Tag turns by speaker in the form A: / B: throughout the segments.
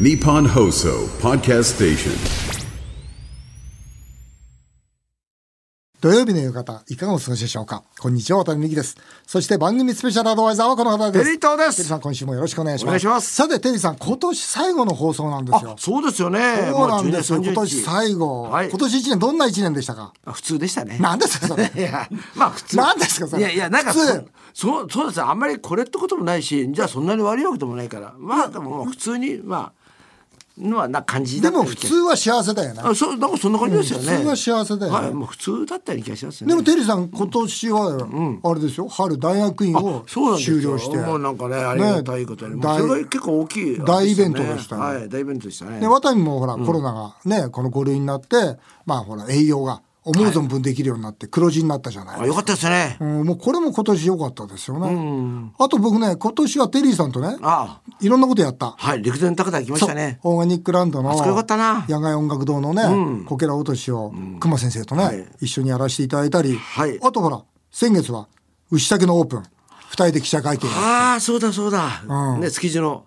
A: Nippon Hoso Podcast Station.
B: 土曜日の夕方、いかがお過ごしでしょうかこんにちは、渡辺美希です。そして番組スペシャルアドバイザーはこの方です。
C: テリー東です
B: テリーさん、今週もよろしくお願いします。
C: お願いします
B: さて、テリーさん、今年最後の放送なんですよ。
C: そうですよね。
B: そうなんですよ。
C: もう10
B: 今年最後。
C: はい
B: 今年一年、どんな一年でしたか
C: あ普通でしたね。
B: 何ですか、 それ。
C: いや、まあ普通。
B: 何ですかそれ
C: いやいや、なんか
B: 普通
C: そうそう、そうです。あんまりこれってこともないし、じゃあそんなに悪いわけでもないから、まあでも普通に、まあ、のはな感じだ
B: で
C: ったよ
B: も、
C: う
B: 普
C: な気が
B: 通は幸せだよね。
C: あそう、なんかそんな感じですよね。
B: うん普通は幸せだよね
C: はい、もう普通だったような気がしますよ
B: で
C: ね。
B: も、テリーさん、今年は、あれですよ、春大学院を
C: あそうなんですよ
B: 修了して。
C: もうなんかね、ありがたいことに、
B: ね
C: もうそれが結構大きい、
B: 大イベントでしたね
C: はい、大イベントでしたね。
B: で渡辺もほら、コロナがねこの5類になってまあほら栄養が思う存分できるようになって黒字になったじゃない、
C: あ、よかったですね。
B: うん、もうこれも今年良かったですよね、あと僕ね今年はテリーさんとね
C: あ
B: いろんなことやった
C: はい、陸前高田行きましたね。
B: オーガニックランドの
C: あそこ良かったな
B: 野外音楽堂のね、こけら落としを熊先生とね、
C: はい
B: 一緒にやらせていただいたり、
C: はい
B: あとほら先月は牛竹のオープン二人で記者会見
C: ああそうだそうだ、ね築地の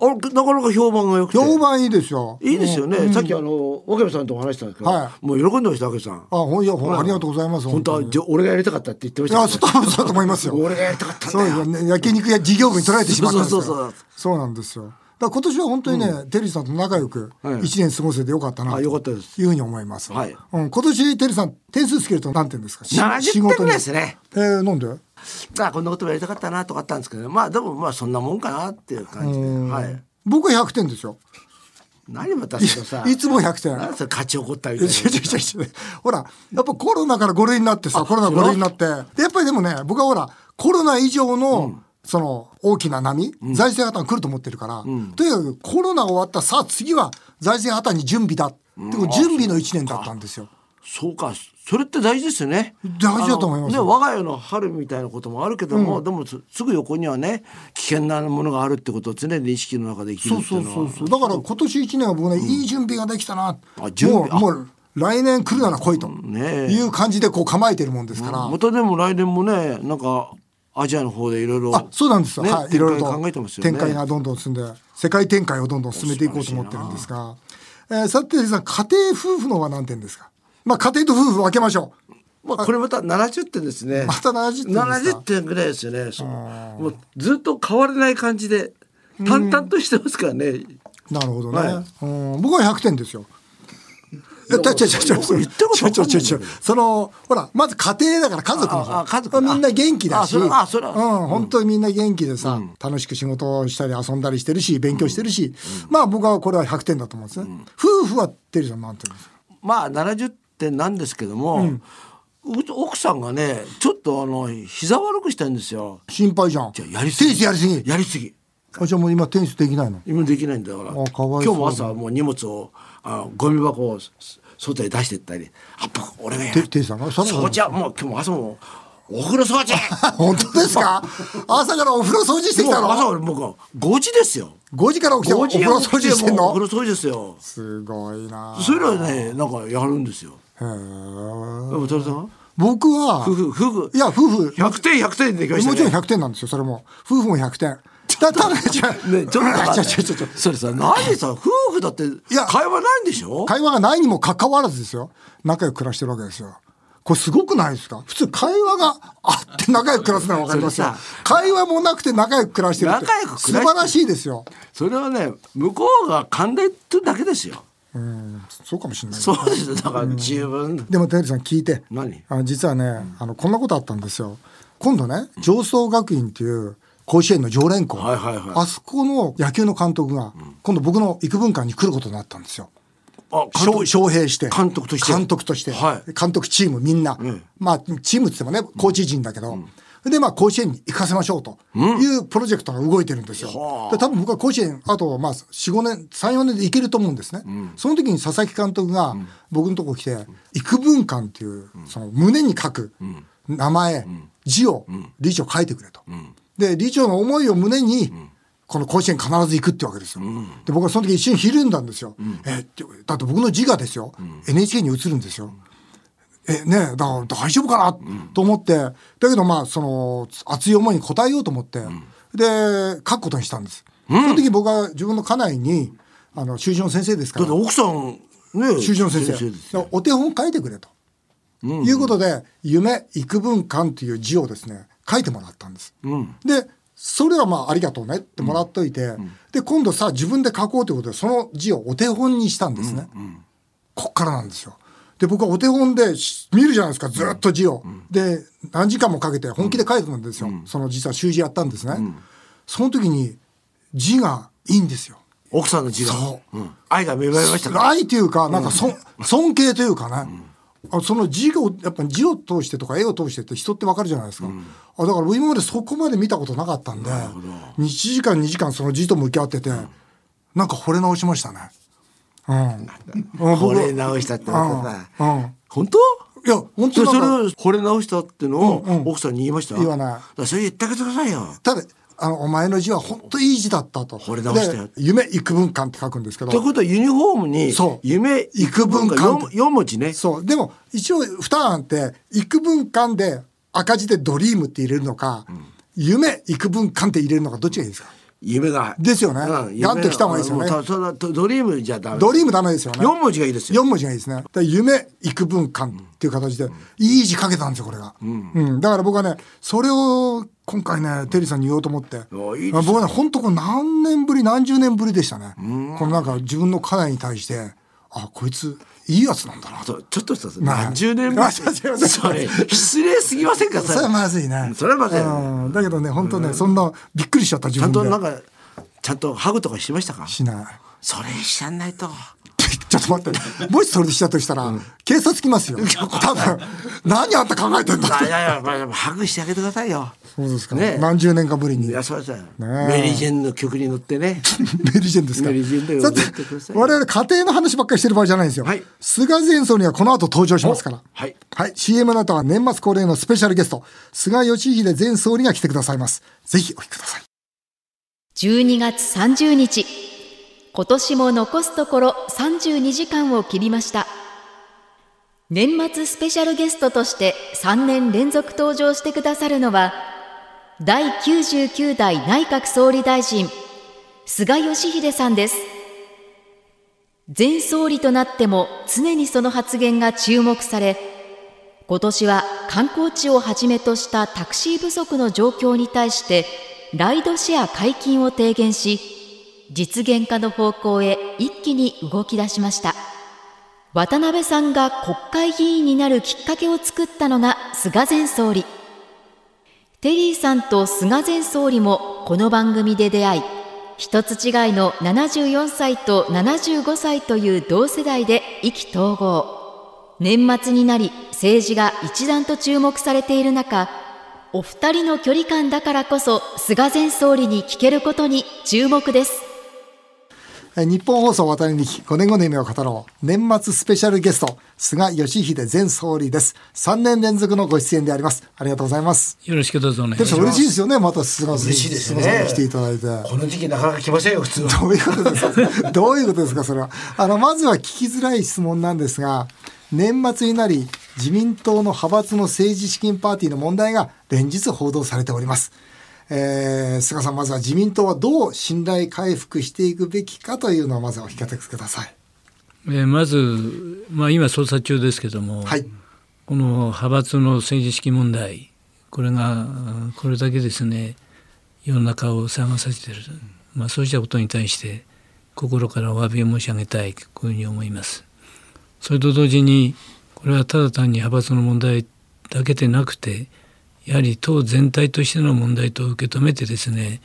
C: あなかなか評判が良くて
B: 評判いいですよ
C: いいですよね、さっきあの岡部さんとも話したんですけど、
B: は
C: もう喜んでました岡部さん
B: あほんいやほんありがとうございます
C: 本当は
B: に
C: じょ俺がやりたかったって言ってまし
B: いや
C: た
B: そ
C: け
B: う多分そうだと思いますよ
C: ど俺がやりたかったん
B: そう
C: だ
B: よ、
C: よ
B: ね、焼肉や事業部に取られてしまったんですよ
C: そうそうそうそう
B: そうなんですよだから今年は本当にね、テリーさんと仲良く
C: はい
B: 一年過ごせてよかったなと
C: あよかったです
B: いうふうに思います、
C: はい
B: うん、今年テリーさん点数つけると何点ですかし
C: 70点ぐらいですね
B: えー、なんで
C: あこんなこともやりたかったなとかあったんですけどまあでもまあそんなもんかなっていう感じで、はい、
B: 僕は100点ですよ
C: 何またそのさ
B: いつも100点
C: なんでそれ勝ち怒ったみ
B: い
C: たい
B: や
C: な
B: 違う違う違う違うほらやっぱコロナから5類になってさコロナ5類になってでやっぱりでもね僕はほらコロナ以上の、その大きな波、財政破綻来ると思ってるから、とにかくコロナが終わったさあ次は財政破綻に準備だってこう準備の1年だったんですよ。
C: そうかそれって大事ですよね
B: 大事だと思います
C: あのね我が家の春みたいなこともあるけども、でもすすぐ横にはね危険なものがあるってことを常に意識の中で生きる
B: そう
C: ってい
B: そうう
C: のは
B: そうそうだから今年1年は僕ね、いい準備ができたな
C: あ準備あ
B: もうもう来年来るなら来いと
C: ねえ
B: いう感じでこう構えてるもんですから、
C: またでも来年もねなんかアジアの方でいろいろ
B: あそうなんですよ、
C: ね
B: はい、いろいろ
C: 展開考えて
B: と
C: ますよね
B: 展開がどんどん進んで世界展開をどんどん進めていこうと思ってるんですが、えー、さてテリーさん家庭夫婦のは何点ですかまあ家庭と夫婦分けましょう
C: まあこれまた70点ですね
B: また70点ですか
C: 70点ぐらいですよねそうもうずっと変わらない感じで淡々としてますからね、
B: なるほどね、
C: はい
B: うん僕は100点ですよいや、ちゃちゃちゃちゃ、
C: 僕言ったことわかんないんだけ
B: ちょちょ
C: ど
B: ちょちょその、ほら、まず家庭だから家族の
C: あ
B: 方
C: あ家族
B: みんな元気だ
C: あ
B: し、
C: それあそれは
B: うん、本当にみんな元気でさ、楽しく仕事をしたり遊んだりしてるし、勉強してるし、まあ僕はこれは100点だと思うんですね。夫婦はテリーさん何点ですか
C: まあ70点なんですけども、うち奥さんがねちょっとあの膝悪くしてるんですよ
B: 心配じゃん。
C: じゃあやりす
B: テ
C: ぎ
B: ニスやりすぎ。
C: やりすぎ
B: あじゃあもう今テニスできないの。
C: 今できないんだから
B: あかわいそうだ
C: 今日も朝はもう荷物をあのゴミ箱をす外へ出してったり「あっぱ俺がやる」
B: てていさんがそれ
C: 掃除はもう今日も朝もお風呂 掃除
B: 本当です か。朝からお風呂掃除してきた
C: もう朝
B: の。
C: 俺僕5時ですよ
B: 5時から起きてお
C: 5
B: 風
C: 時
B: 呂掃除してん
C: もうお
B: の
C: 風。呂掃除ですよ
B: すごいな。
C: そういうのはねなんかやるんですよ
B: へー
C: でも鳥さんは
B: 僕は
C: 夫婦夫婦
B: いや夫婦
C: 100点100点できました
B: も
C: ね
B: ちろん100点なんですよ。それも夫婦も100点。だただじゃあ
C: ね、ちょっと 待って
B: ちょちょちょちょ
C: それさ何さ 夫婦だって
B: や
C: 会話ないんでしょ
B: 会話がないにもかかわらずですよ仲良く暮らしてるわけですよこれすごくないですか普通会話があって仲良く暮らすのは分かりますよ
C: それさ
B: 会話もなくて仲良く暮らしてるって
C: 仲良く暮らし
B: 素
C: てる
B: 晴らしいですよ
C: それはね向こうが寛大ってだけですよ
B: うんそうかもしれない
C: そうですよだから十分
B: でもテリーさん聞いて
C: 何
B: あ実はねあのこんなことあったんですよ今度ね常総学院っていう甲子園の常連校、
C: はいはいはい
B: あそこの野球の監督が今度僕の幾分間に来ることになったんですよ
C: あ
B: 招招聘して
C: 監督として
B: 監督として、
C: はい
B: 監督チームみんな、
C: ん
B: まあチームっつってもねコーチ陣だけど、でまあ甲子園に行かせましょうというプロジェクトが動いてるんですよ、
C: はあ
B: で多分僕は甲子園あとまあ45年34年で行けると思うんですね、その時に佐々木監督が僕のとこ来て「幾分間」っていうその胸に書く名前、字を理事長書いてくれと、で理事長の思いを胸に、この甲子園必ず行くってわけですよ。で僕はその時一瞬ひるんだんですよ。えってだって僕の字がですよ、NHK に移るんですよ。えねえだから大丈夫かな、と思ってだけどまあその熱い思いに応えようと思って、で書くことにしたんです、その時僕は自分の家内にあの修士の先生ですか
C: だっ
B: ら
C: て奥さんね
B: 修士の先生
C: ですよ
B: お手本書いてくれと、いうことで「夢幾分間」という字をですね書いてもらったんです。でそれはまあありがとうねってもらっといて、で今度さ自分で書こうということでその字をお手本にしたんですね。こっからなんですよ。で僕はお手本でし見るじゃないですかずっと字を。で何時間もかけて本気で書いてたんですよ、その実は習字やったんですね。その時に字がいいんですよ。
C: 奥さんの字が
B: そ
C: うん愛が芽生えましたか
B: 愛というかなんか そ、尊敬というかね、あその字をやっぱ字を通してとか絵を通してって人ってわかるじゃないですか、あだから僕今までそこまで見たことなかったんで1時間2時間その字と向き合ってて、なんか惚れ直しましたね。うん、うん
C: 惚
B: 僕
C: れ直したってまた
B: う
C: さ
B: んうん
C: 本当
B: いや本
C: そ
B: 当
C: れ
B: な
C: そ
B: んか
C: れを惚れ直したってのを奥さんに言いました
B: 言わない
C: だからそれ言ってあげてくださいよ
B: ただあのお前の字は本当いい字だったと。
C: 惚れ直したよ
B: で夢幾分間って書くんですけど。
C: ということはユニフォームに
B: そう
C: 夢幾分か
B: 幾分間
C: 4, 四文字ね
B: そう。でも、一応、二案って、幾分間で赤字でドリームって入れるのか、夢、幾分間って入れるのか、どっちがいいですか
C: 夢が
B: ですよね
C: うん
B: ガンと来た方がいいですよね
C: 夢がもうたそのドドリームじゃダメ
B: ドリームダメですよね。
C: 四文字がいいですよ
B: 4文字がいいですね。だから夢、幾分間っていう形で、いい字書けたんですよ、これが。うん。だから僕はね、それを今回ね、テリーさんに言おうと思って。
C: おいいですね
B: 僕はね、本当こう何年ぶり、何十年ぶりでしたね。このなんか自分の家内に対して、あ、こいつ、いいやつなんだなと。
C: そうちょっとした
B: まあ
C: 何十年ぶ
B: ま
C: り
B: あすいませんすいません
C: それ失礼すぎませんか
B: それはまずいね。
C: それはまずい
B: うんだけどね、本当ね、そんな、びっくりしちゃった自
C: ちゃ
B: 分
C: ん
B: で。
C: となんかちゃんとハグとかしましたか
B: しない。
C: それしちゃんないと
B: ちょっと待って。もしそれでしたとしたら、警察来ますよ。多分、何あんた考えてんだっ
C: あ い
B: て。
C: やいやまあでもハグしてあげてくださいよ
B: そうですか。
C: ね
B: 何十年かぶりに。
C: い
B: メ
C: やそうですよ
B: ねえ
C: メリージェンの曲に乗ってね
B: リージェンですか。
C: メリージェンで
B: だっ
C: 踊っててくださいよ
B: 我々家庭の話ばっかりしてる場合じゃないんですよ。
C: はい
B: 菅前総理はこの後登場しますから。
C: おはい
B: はい。CM の後は年末恒例のスペシャルゲスト、菅義偉前総理が来てくださいます。ぜひお聞きください。
D: 12月30日今年も残すところ32時間を切りました年末スペシャルゲストとして3年連続登場してくださるのは第99代内閣総理大臣菅義偉さんです前総理となっても常にその発言が注目され今年は観光地をはじめとしたタクシー不足の状況に対してライドシェア解禁を提言し実現化の方向へ一気に動き出しました渡辺さんが国会議員になるきっかけを作ったのが菅前総理テリーさんと菅前総理もこの番組で出会い一つ違いの74歳と75歳という同世代で意気投合年末になり政治が一段と注目されている中お二人の距離感だからこそ菅前総理に聞けることに注目です
B: えー日本放送渡りにき5年後の夢を語ろう年末スペシャルゲスト菅義偉前総理です3年連続のご出演でありますありがとうございます
E: よろしくどうぞお願いし
B: で
E: ます。
B: も嬉しいですよねまた菅総理
C: 嬉しいですね
B: 菅さんに来ていただいてど
C: この時期なかなか来ませんよ普通は
B: ういうことですかどういうことですかそれはあのまずは聞きづらい質問なんですが年末になり自民党の派閥の政治資金パーティーの問題が連日報道されております、えー菅さんまずは自民党はどう信頼回復していくべきかというのをまずお聞かせください
E: えーまず、まあ、今捜査中ですけども、
B: はい
E: この派閥の政治資金問題、これがあーこれだけですね、世の中を騒がさせている、まあ、そうしたことに対して心からお詫びを申し上げたいこういうふうに思います。それと同時にこれはただ単に派閥の問題だけでなくてやはり党全体としての問題と受け止めてですね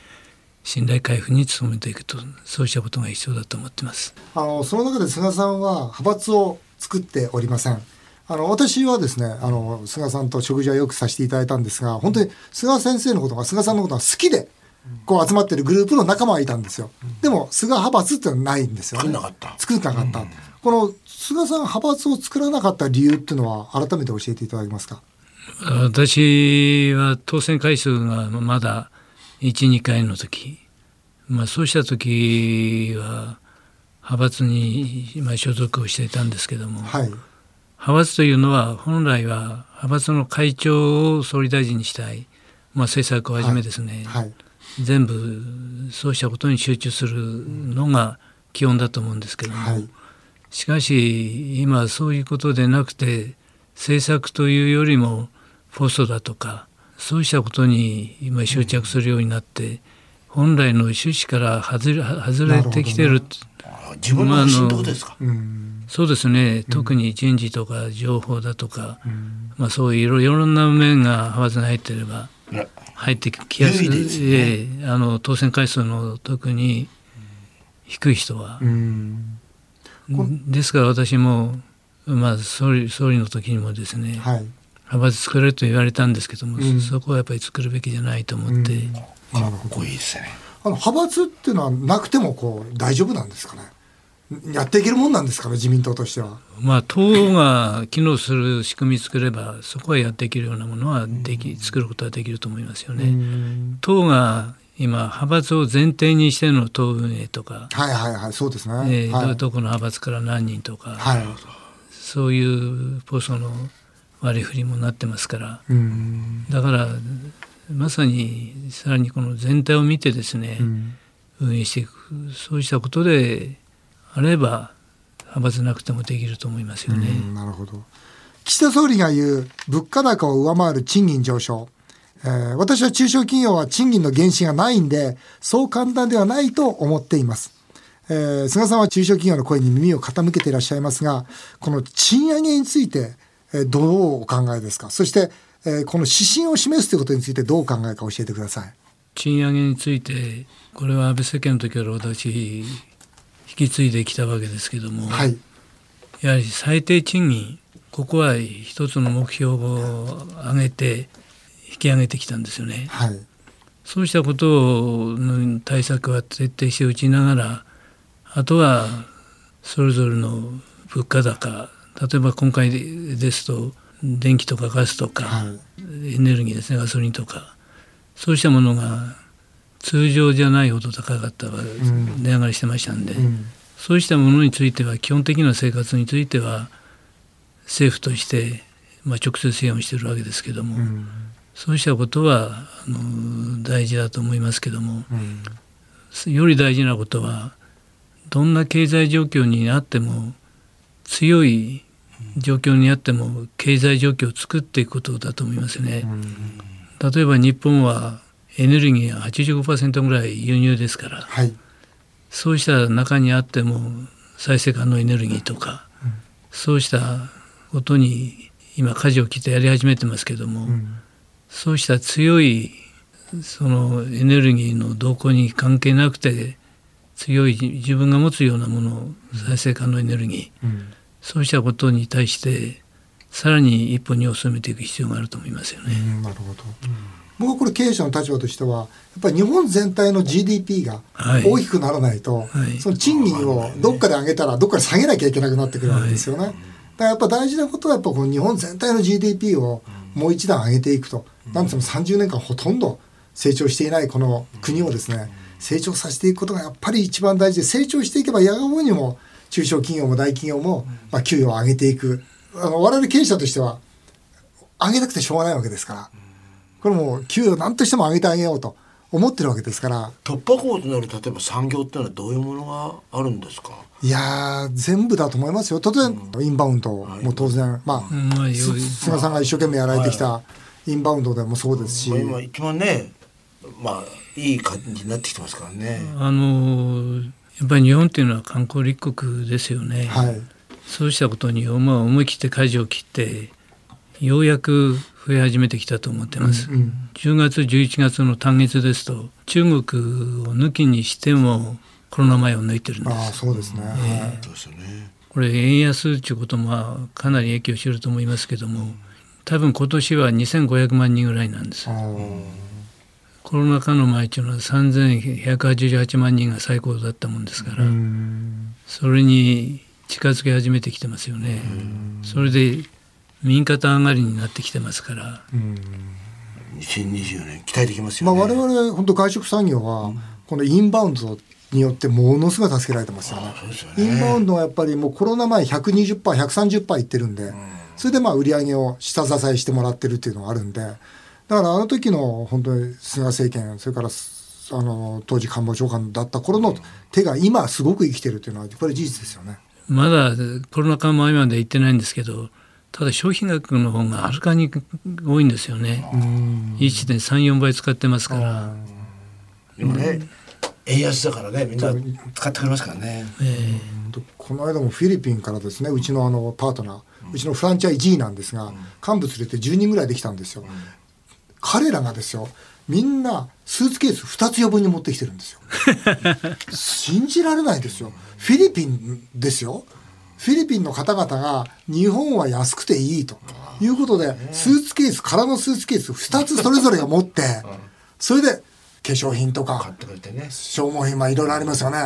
E: 信頼回復に努めていくとそうしたことが必要だと思ってます。
B: あのその中で菅さんは派閥を作っておりません。あの私はですねあの菅さんと食事はよくさせていただいたんですが本当に菅先生のことが菅さんのことが好きでこう集まってるグループの仲間はいたんですよ。でも菅派閥ってのはないんですよ、ね。
C: 作んなかった
B: 作んなかった。この菅さん派閥を作らなかった理由っていうのは改めて教えていただけますか。
E: 私は当選回数がまだ12回の時、まあ、そうした時は派閥にまあ所属をしていたんですけども、
B: はい。
E: 派閥というのは本来は派閥の会長を総理大臣にしたい、まあ、政策をはじめですね、
B: はい。
E: 全部そうしたことに集中するのが基本だと思うんですけども、
B: はい
E: しかし今そういうことでなくて政策というよりもフォソだとかそうしたことに今執着するようになって、本来の趣旨から外れ外れてきてる
C: あ自分の発信ってことですか、
E: そうですね特に人事とか情報だとか、まあ、そういういろいろんな面が派閥に入ってれば
C: ね
E: 入ってきやすい、
C: 有利ですね
E: ええあの当選回数の特に低い人は、
B: うん
E: ですから私も、まあ、総理総理の時にもですね、
B: はい
E: 派閥作れと言われたんですけども、そこはやっぱり作るべきじゃないと思って、
C: かっこいいですね
B: あの派閥っていうのはなくてもこう大丈夫なんですかねんやっていけるもんなんですかね自民党としては
E: まあ党が機能する仕組み作ればそこはやっていけるようなものはでき、作ることはできると思いますよね。党が今派閥を前提にしての党運営とか、
B: はいはいはいそうですね、
E: えー
B: はい、
E: どこの派閥から何人とか、
B: はい
E: そういうポストの割り振りもなってますから、
B: うん
E: だからまさにさらにこの全体を見てですね、運営していくそうしたことであれば派閥なくてもできると思いますよね。
B: うんなるほど岸田総理が言う物価高を上回る賃金上昇、えー私は中小企業は賃金の減資がないんでそう簡単ではないと思っています、えー菅さんは中小企業の声に耳を傾けていらっしゃいますがこの賃上げについて、えーどうお考えですかそして、えーこの指針を示すということについてどうお考えか教えてください
E: 賃上げについてこれは安倍政権の時から私引き継いできたわけですけども、
B: はい
E: やはり最低賃金ここは一つの目標を上げて引き上げてきたんですよね。
B: はい
E: そうしたことの対策は徹底して打ちながらあとはそれぞれの物価高例えば今回ですと電気とかガスとか、
B: はい
E: エネルギーですねガソリンとかそうしたものが通常じゃないほど高かったわ値上がりしてましたんで、
B: ん
E: そうしたものについては基本的な生活については政府として、まあ、直接支援をしてるわけですけども、そうしたことはあの大事だと思いますけども、より大事なことはどんな経済状況にあっても強い状況にあっても経済状況を作っていくことだと思いますね。例えば日本はエネルギーが85%ぐらい輸入ですから
B: はい
E: そうした中にあっても再生可能エネルギーとか、そうしたことに今舵を切ってやり始めてますけども、そうした強いそのエネルギーの動向に関係なくて強い自分が持つようなもの再生可能エネルギー、
B: ん
E: そうしたことに対してさらに一歩に進めていく必要があると思いますよね。
B: なるほど、僕はこれ経営者の立場としてはやっぱり日本全体の GDP が
E: はい
B: 大きくならないと、
E: はい
B: その賃金をどっかで上げたらどっかで下げなきゃいけなくなってくるわけですよね、だからやっぱ大事なことはやっぱこの日本全体の GDP をもう一段上げていくと、なんつっても30年間ほとんど成長していないこの国をですね成長させていくことがやっぱり一番大事で成長していけばやがおうにも中小企業も大企業も、まあ、給与を上げていくあの我々経営者としては上げなくてしょうがないわけですから、これもう給与何としても上げてあげようと思ってるわけですから、
C: 突破口となる例えば産業ってのはどういうものがあるんですか
B: いやー、全部だと思いますよ。当然、インバウンドも当然、ま
E: うんまあ
B: あ、
E: よ
B: す菅さんが一生懸命やられてきたインバウンドでもそうですし、
C: まあ今一番ねまあいい感じになってきてますからね、
E: あのやっぱり日本っていうのは観光立国ですよね。
B: はい。
E: そうしたことに、まあ、思い切って舵を切ってようやく増え始めてきたと思ってます、10月11月の単月ですと中国を抜きにしてもコロナ前を抜いてるんで
B: ああ、
E: す
B: そうですね。はい
C: そうですよね
E: これ円安っていうこともまあかなり影響してると思いますけども多分今年は2500万人ぐらいなんです
B: あー
E: コロナ禍の前っていうのは3188万人が最高だったもんですから、それに近づき始めてきてますよね、それで右肩上がりになってきてますから、
C: 2020年期待できます
B: ま
C: よ
B: あ、
C: ね、
B: 我々、本当外食産業は、このインバウンドによってものすごい助けられてますよね。
C: そうですよ
B: インバウ
C: ね
B: ンドはやっぱりもうコロナ前120%、130%いってるんで、それでまあ売り上げを下支えしてもらってるっていうのがあるんで、だからあの時の本当に菅政権、それからすあの当時官房長官だった頃の手が今すごく生きてるというのはこれ事実ですよね。
E: まだコロナ禍前まで行ってないんですけどただ消費額の方がはるかに多いんですよね1.34倍使ってますから
C: 今ね円安だからねみんな使ってくれますからね
B: この間もフィリピンからですねうちのあのパートナー、うちのフランチャイジーなんですが、幹部連れて10人ぐらいできたんですよ、彼らがですよみんなスーツケース2つ余分に持ってきてるんですよ信じられないですよフィリピンですよフィリピンの方々が日本は安くていいということでスーツケース空のスーツケース2つそれぞれが持ってそれで化粧品とか
C: 買ってくれてね
B: 消耗品はいろいろありますよね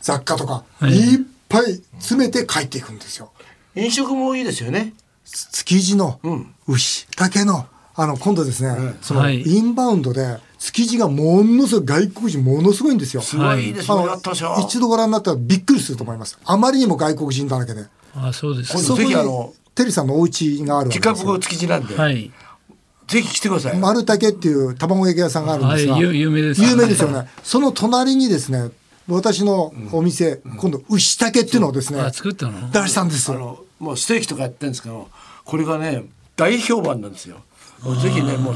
B: 雑貨とか、い、っぱい詰めて帰っていくんですよ
C: 飲食もいいですよね
B: 築地の牛竹のあの今度ですね、その
E: はい
B: インバウンドで築地がものすごい外国人ものすごいんですよ
C: すごいいいです
B: あ
C: よ
B: の
C: ねやったでしょ
B: 一度ご覧になったらびっくりすると思いますあまりにも外国人だらけで
E: あそうです
C: 今度
E: か
B: そこ
C: ぜ
B: に
C: ひあの
B: テリーさんのお家があるわけ
C: 実家
B: ですよ
C: 僕築地なんで、
E: はい
C: ぜひ来てください、
B: 丸竹っていう卵焼き屋さんがあるんですが、
E: はい有有名です
B: 有名ですよねその隣にですね私のお店、今度牛竹っていうのをですね
E: あ作ったの
B: 出したんです
C: あ
B: よ
C: のもうステーキとかやってるんですけどこれがね大評判なんですよもうぜひねもう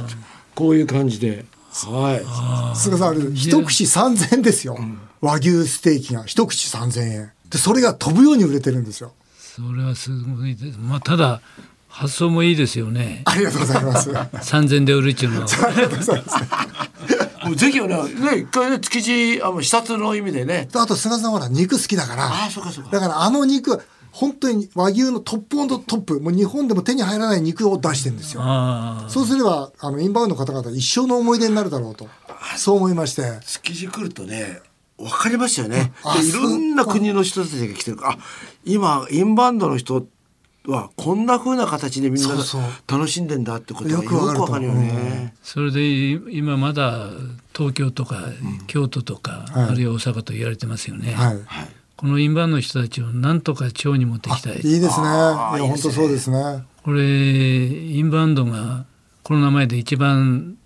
C: こういう感じでは
B: 菅さんあれ一口3000円ですよ、和牛ステーキが一口3000円でそれが飛ぶように売れてるんですよ
E: それはすごいですまあただ発想もいいですよね
B: ありがとうございます あ
E: 3000で売るっていうのは
B: りがとうございます
C: いもうぜひねね一回ね築地あの視察の意味でね
B: あと菅さんほら肉好きだから
C: ああそうかそうか
B: だからあの肉本当に和牛のトップオンドトップもう日本でも手に入らない肉を出してるんですよ
E: ああ
B: そうすればあのインバウンドの方々一生の思い出になるだろうとそう思いまして
C: 築地来るとね分かりますよね
B: あ
C: でい
B: そう
C: ろんな国の人たちが来てるからあ今インバウンドの人はこんな風な形でみんな
B: そうそう
C: 楽しんでんだってことが
B: よ
C: よく
B: くわかると
C: わかるよね。
E: それでい今まだ東京とか京都とか、
B: はい
E: あるいは大阪と言われてますよね、
B: はい、
E: このインバウンドの人たちをなんとか地方に持っていきたい
B: いいですねいや
C: あーいいで
B: 本
C: すね
B: 当そうですね
E: これインバウンドがコロナ前で一番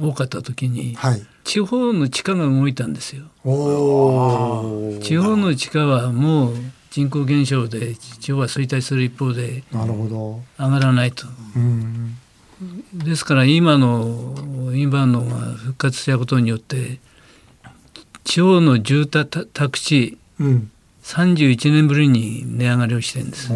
E: 多かった時に、
B: はい
E: 地方の地価が動いたんですよ
B: おお
E: 地方の地価はもう人口減少で地方は衰退する一方で
B: なるほど
E: 上がらないと
B: うん
E: ですから今のインバウンドが復活したことによって地方の住宅宅地
B: うん
E: 31年ぶりに値上がりをしてるんです。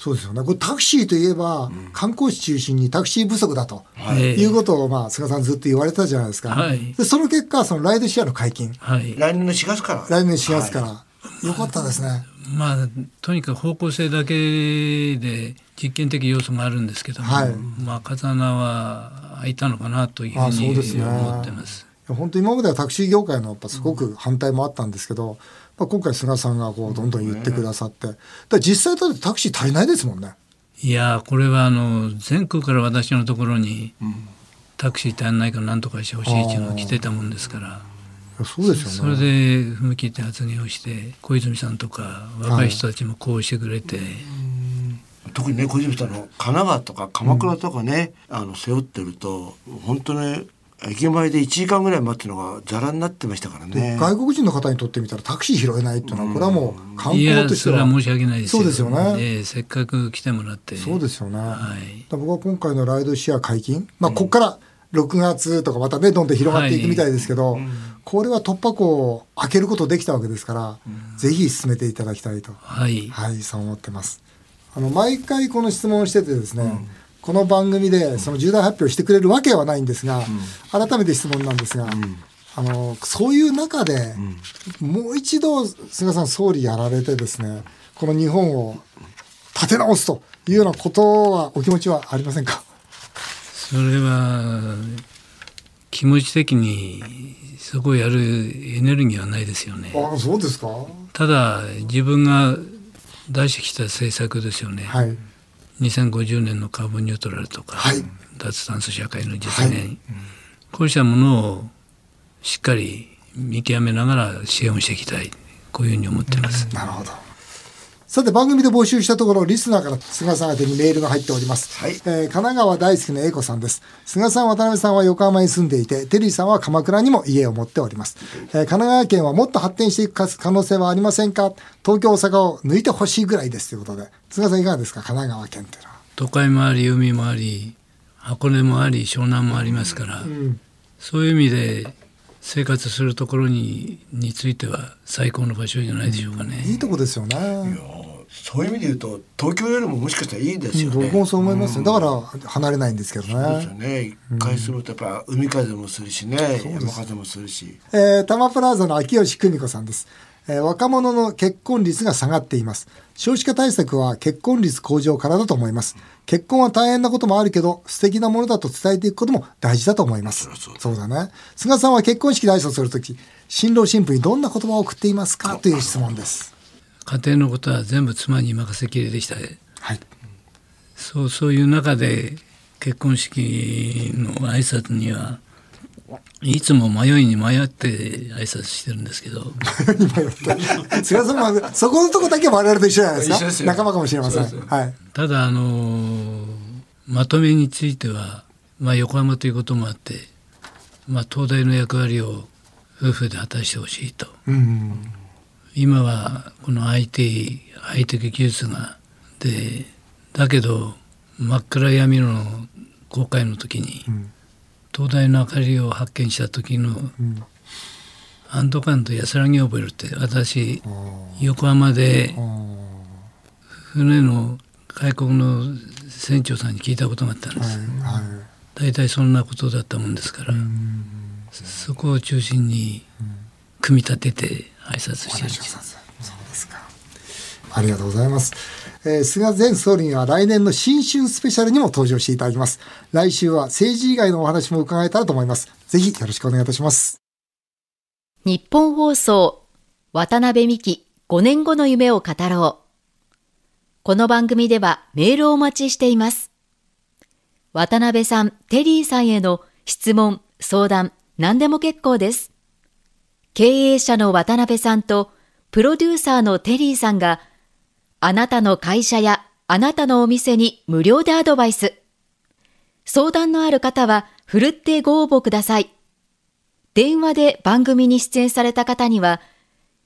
B: そうですよねこれタクシーといえば、観光地中心にタクシー不足だと、
E: い
B: い、うことを、まあ、菅さんずっと言われてたじゃないですか、
E: はい
B: でその結果そのライドシェアの解禁
E: はい、
C: 来年の4月から
B: 来年4月から、よかったですね
E: まあとにかく方向性だけで実験的要素があるんですけども、
B: はい
E: まあ刀は開いたのかなというふ
B: あ
E: う
B: そうです
E: に
B: ね
E: 思ってます。
B: 本当今まではタクシー業界のやっぱすごく反対もあったんですけど、まあ、今回菅さんがこうどんどん言ってくださって、だから実際だってタクシー足りないですもんね
E: いやーこれはあの全国から私のところにタクシー足んないからなんとかしてほしいっていうのが来てたもんですから。
B: いやそうです
E: そ
B: よ
E: れ
B: ね
E: で踏み切って発言をして小泉さんとか若い人たちもこうしてくれて、
C: 特にね小島さんの神奈川とか鎌倉とかね、あの背負ってると本当ね駅前で1時間ぐらい待ってるのがざらになってましたからね。
B: 外国人の方にとってみたらタクシー拾えないっていうのはこれはもう観
E: い
B: 光
E: や
B: として
E: そ
B: は
E: れは申し訳ないです
B: そうですよね
E: ええせっかく来てもらって
B: そうですよね。
E: はい
B: だから僕は今回のライドシェア解禁、まあ、ここから6月とかまたね、どんどん広がっていくみたいですけど、これは突破口を開けることできたわけですから、ぜひ進めていただきたいと、
E: はい、
B: はい、そう思ってます。あの、毎回この質問をしててですね、この番組でその重大発表してくれるわけはないんですが、改めて質問なんですが、あのそういう中で、もう一度菅さん総理やられてですねこの日本を立て直すというようなことはお気持ちはありませんか
E: それは気持ち的にそこをやるエネルギーはないですよね
B: ああそうですか
E: ただ自分が出してきた政策ですよね、
B: はい
E: 2050年のカーボンニュートラルとか、
B: はい
E: 脱炭素社会の実現、
B: はい
E: こうしたものをしっかり見極めながら支援をしていきたいこういうふうに思ってます。
B: なるほどさて番組で募集したところリスナーから菅さん宛てにメールが入っております、
C: はい
B: えー神奈川大好きな英子さんです菅さん渡辺さんは横浜に住んでいてテリーさんは鎌倉にも家を持っております、えー神奈川県はもっと発展していく可能性はありませんか東京大阪を抜いてほしいぐらいですということで菅さんいかがですか神奈川県っていうのは
E: 都会もあり海もあり箱根もあり湘南もありますから、そういう意味で生活するところにについては最高の場所じゃないでしょうかね。
B: いいとこですよね
C: そういう意味で言うと東京よりももしかしたらいいですよね。
B: 僕もそう思いますよだから離れないんですけど
C: そうですよ
B: ね
C: ね。一回するとやっぱ海風もするしね、山風もするし。
B: えー、タマプラザの秋吉久美子さんです、えー若者の結婚率が下がっています少子化対策は結婚率向上からだと思います結婚は大変なこともあるけど素敵なものだと伝えていくことも大事だと思いますそうだね菅さんは結婚式で挨拶するとき新郎新婦にどんな言葉を送っていますかという質問です
E: 家庭のことは全部妻に任せきりでしたね
B: はい
E: そうそういう中で結婚式の挨拶にはいつも迷いに迷って挨拶してるんですけど
B: 菅さんはそこのとこだけ我々と一緒じゃない
C: 一緒
B: で
C: ですす
B: か
C: よ
B: 仲間かもしれません
C: そうです
B: はい
E: ただあのまとめについては、まあ、横浜ということもあって、まあ、東大の役割を夫婦で果たしてほしいと。今はこの IT ハイテク技術がでだけど真っ暗闇の公開の時に、東大の明かりを発見した時の、安堵感と安らぎを覚えるって私横浜で船の外国の船長さんに聞いたことがあったんです、
B: はい
E: 大体そんなことだったもんですから、そこを中心に組み立てて挨拶してるんです
B: そうですか。ありがとうございます。えー菅前総理には来年の新春スペシャルにも登場していただきます。来週は政治以外のお話も伺えたらと思います。ぜひよろしくお願いいたします。
D: 日本放送渡辺美希5年後の夢を語ろうこの番組ではメールをお待ちしています渡辺さん、テリーさんへの質問、相談、何でも結構です経営者の渡辺さんとプロデューサーのテリーさんがあなたの会社やあなたのお店に無料でアドバイス相談のある方はふるってご応募ください電話で番組に出演された方には、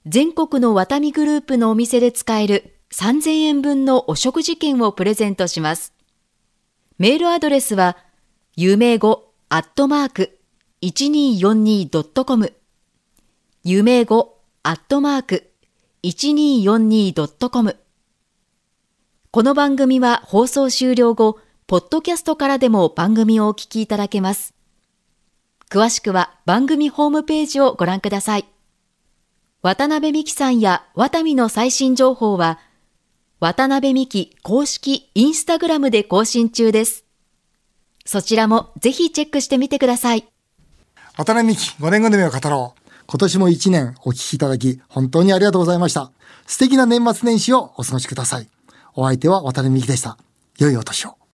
D: 全国のワタミグループのお店で使える3000円分のお食事券をプレゼントします。メールアドレスは、有名語アットマーク 1242.com 有名語アットマーク 1242.com この番組は放送終了後、ポッドキャストからでも番組をお聞きいただけます。詳しくは番組ホームページをご覧ください。渡辺美希さんやワタミの最新情報は、渡辺美希公式インスタグラムで更新中です。そちらもぜひチェックしてみてください。
B: 渡辺美希5年後の夢を語ろう。今年も1年お聞きいただき、本当にありがとうございました。素敵な年末年始をお過ごしください。お相手は渡辺美希でした。良いお年を。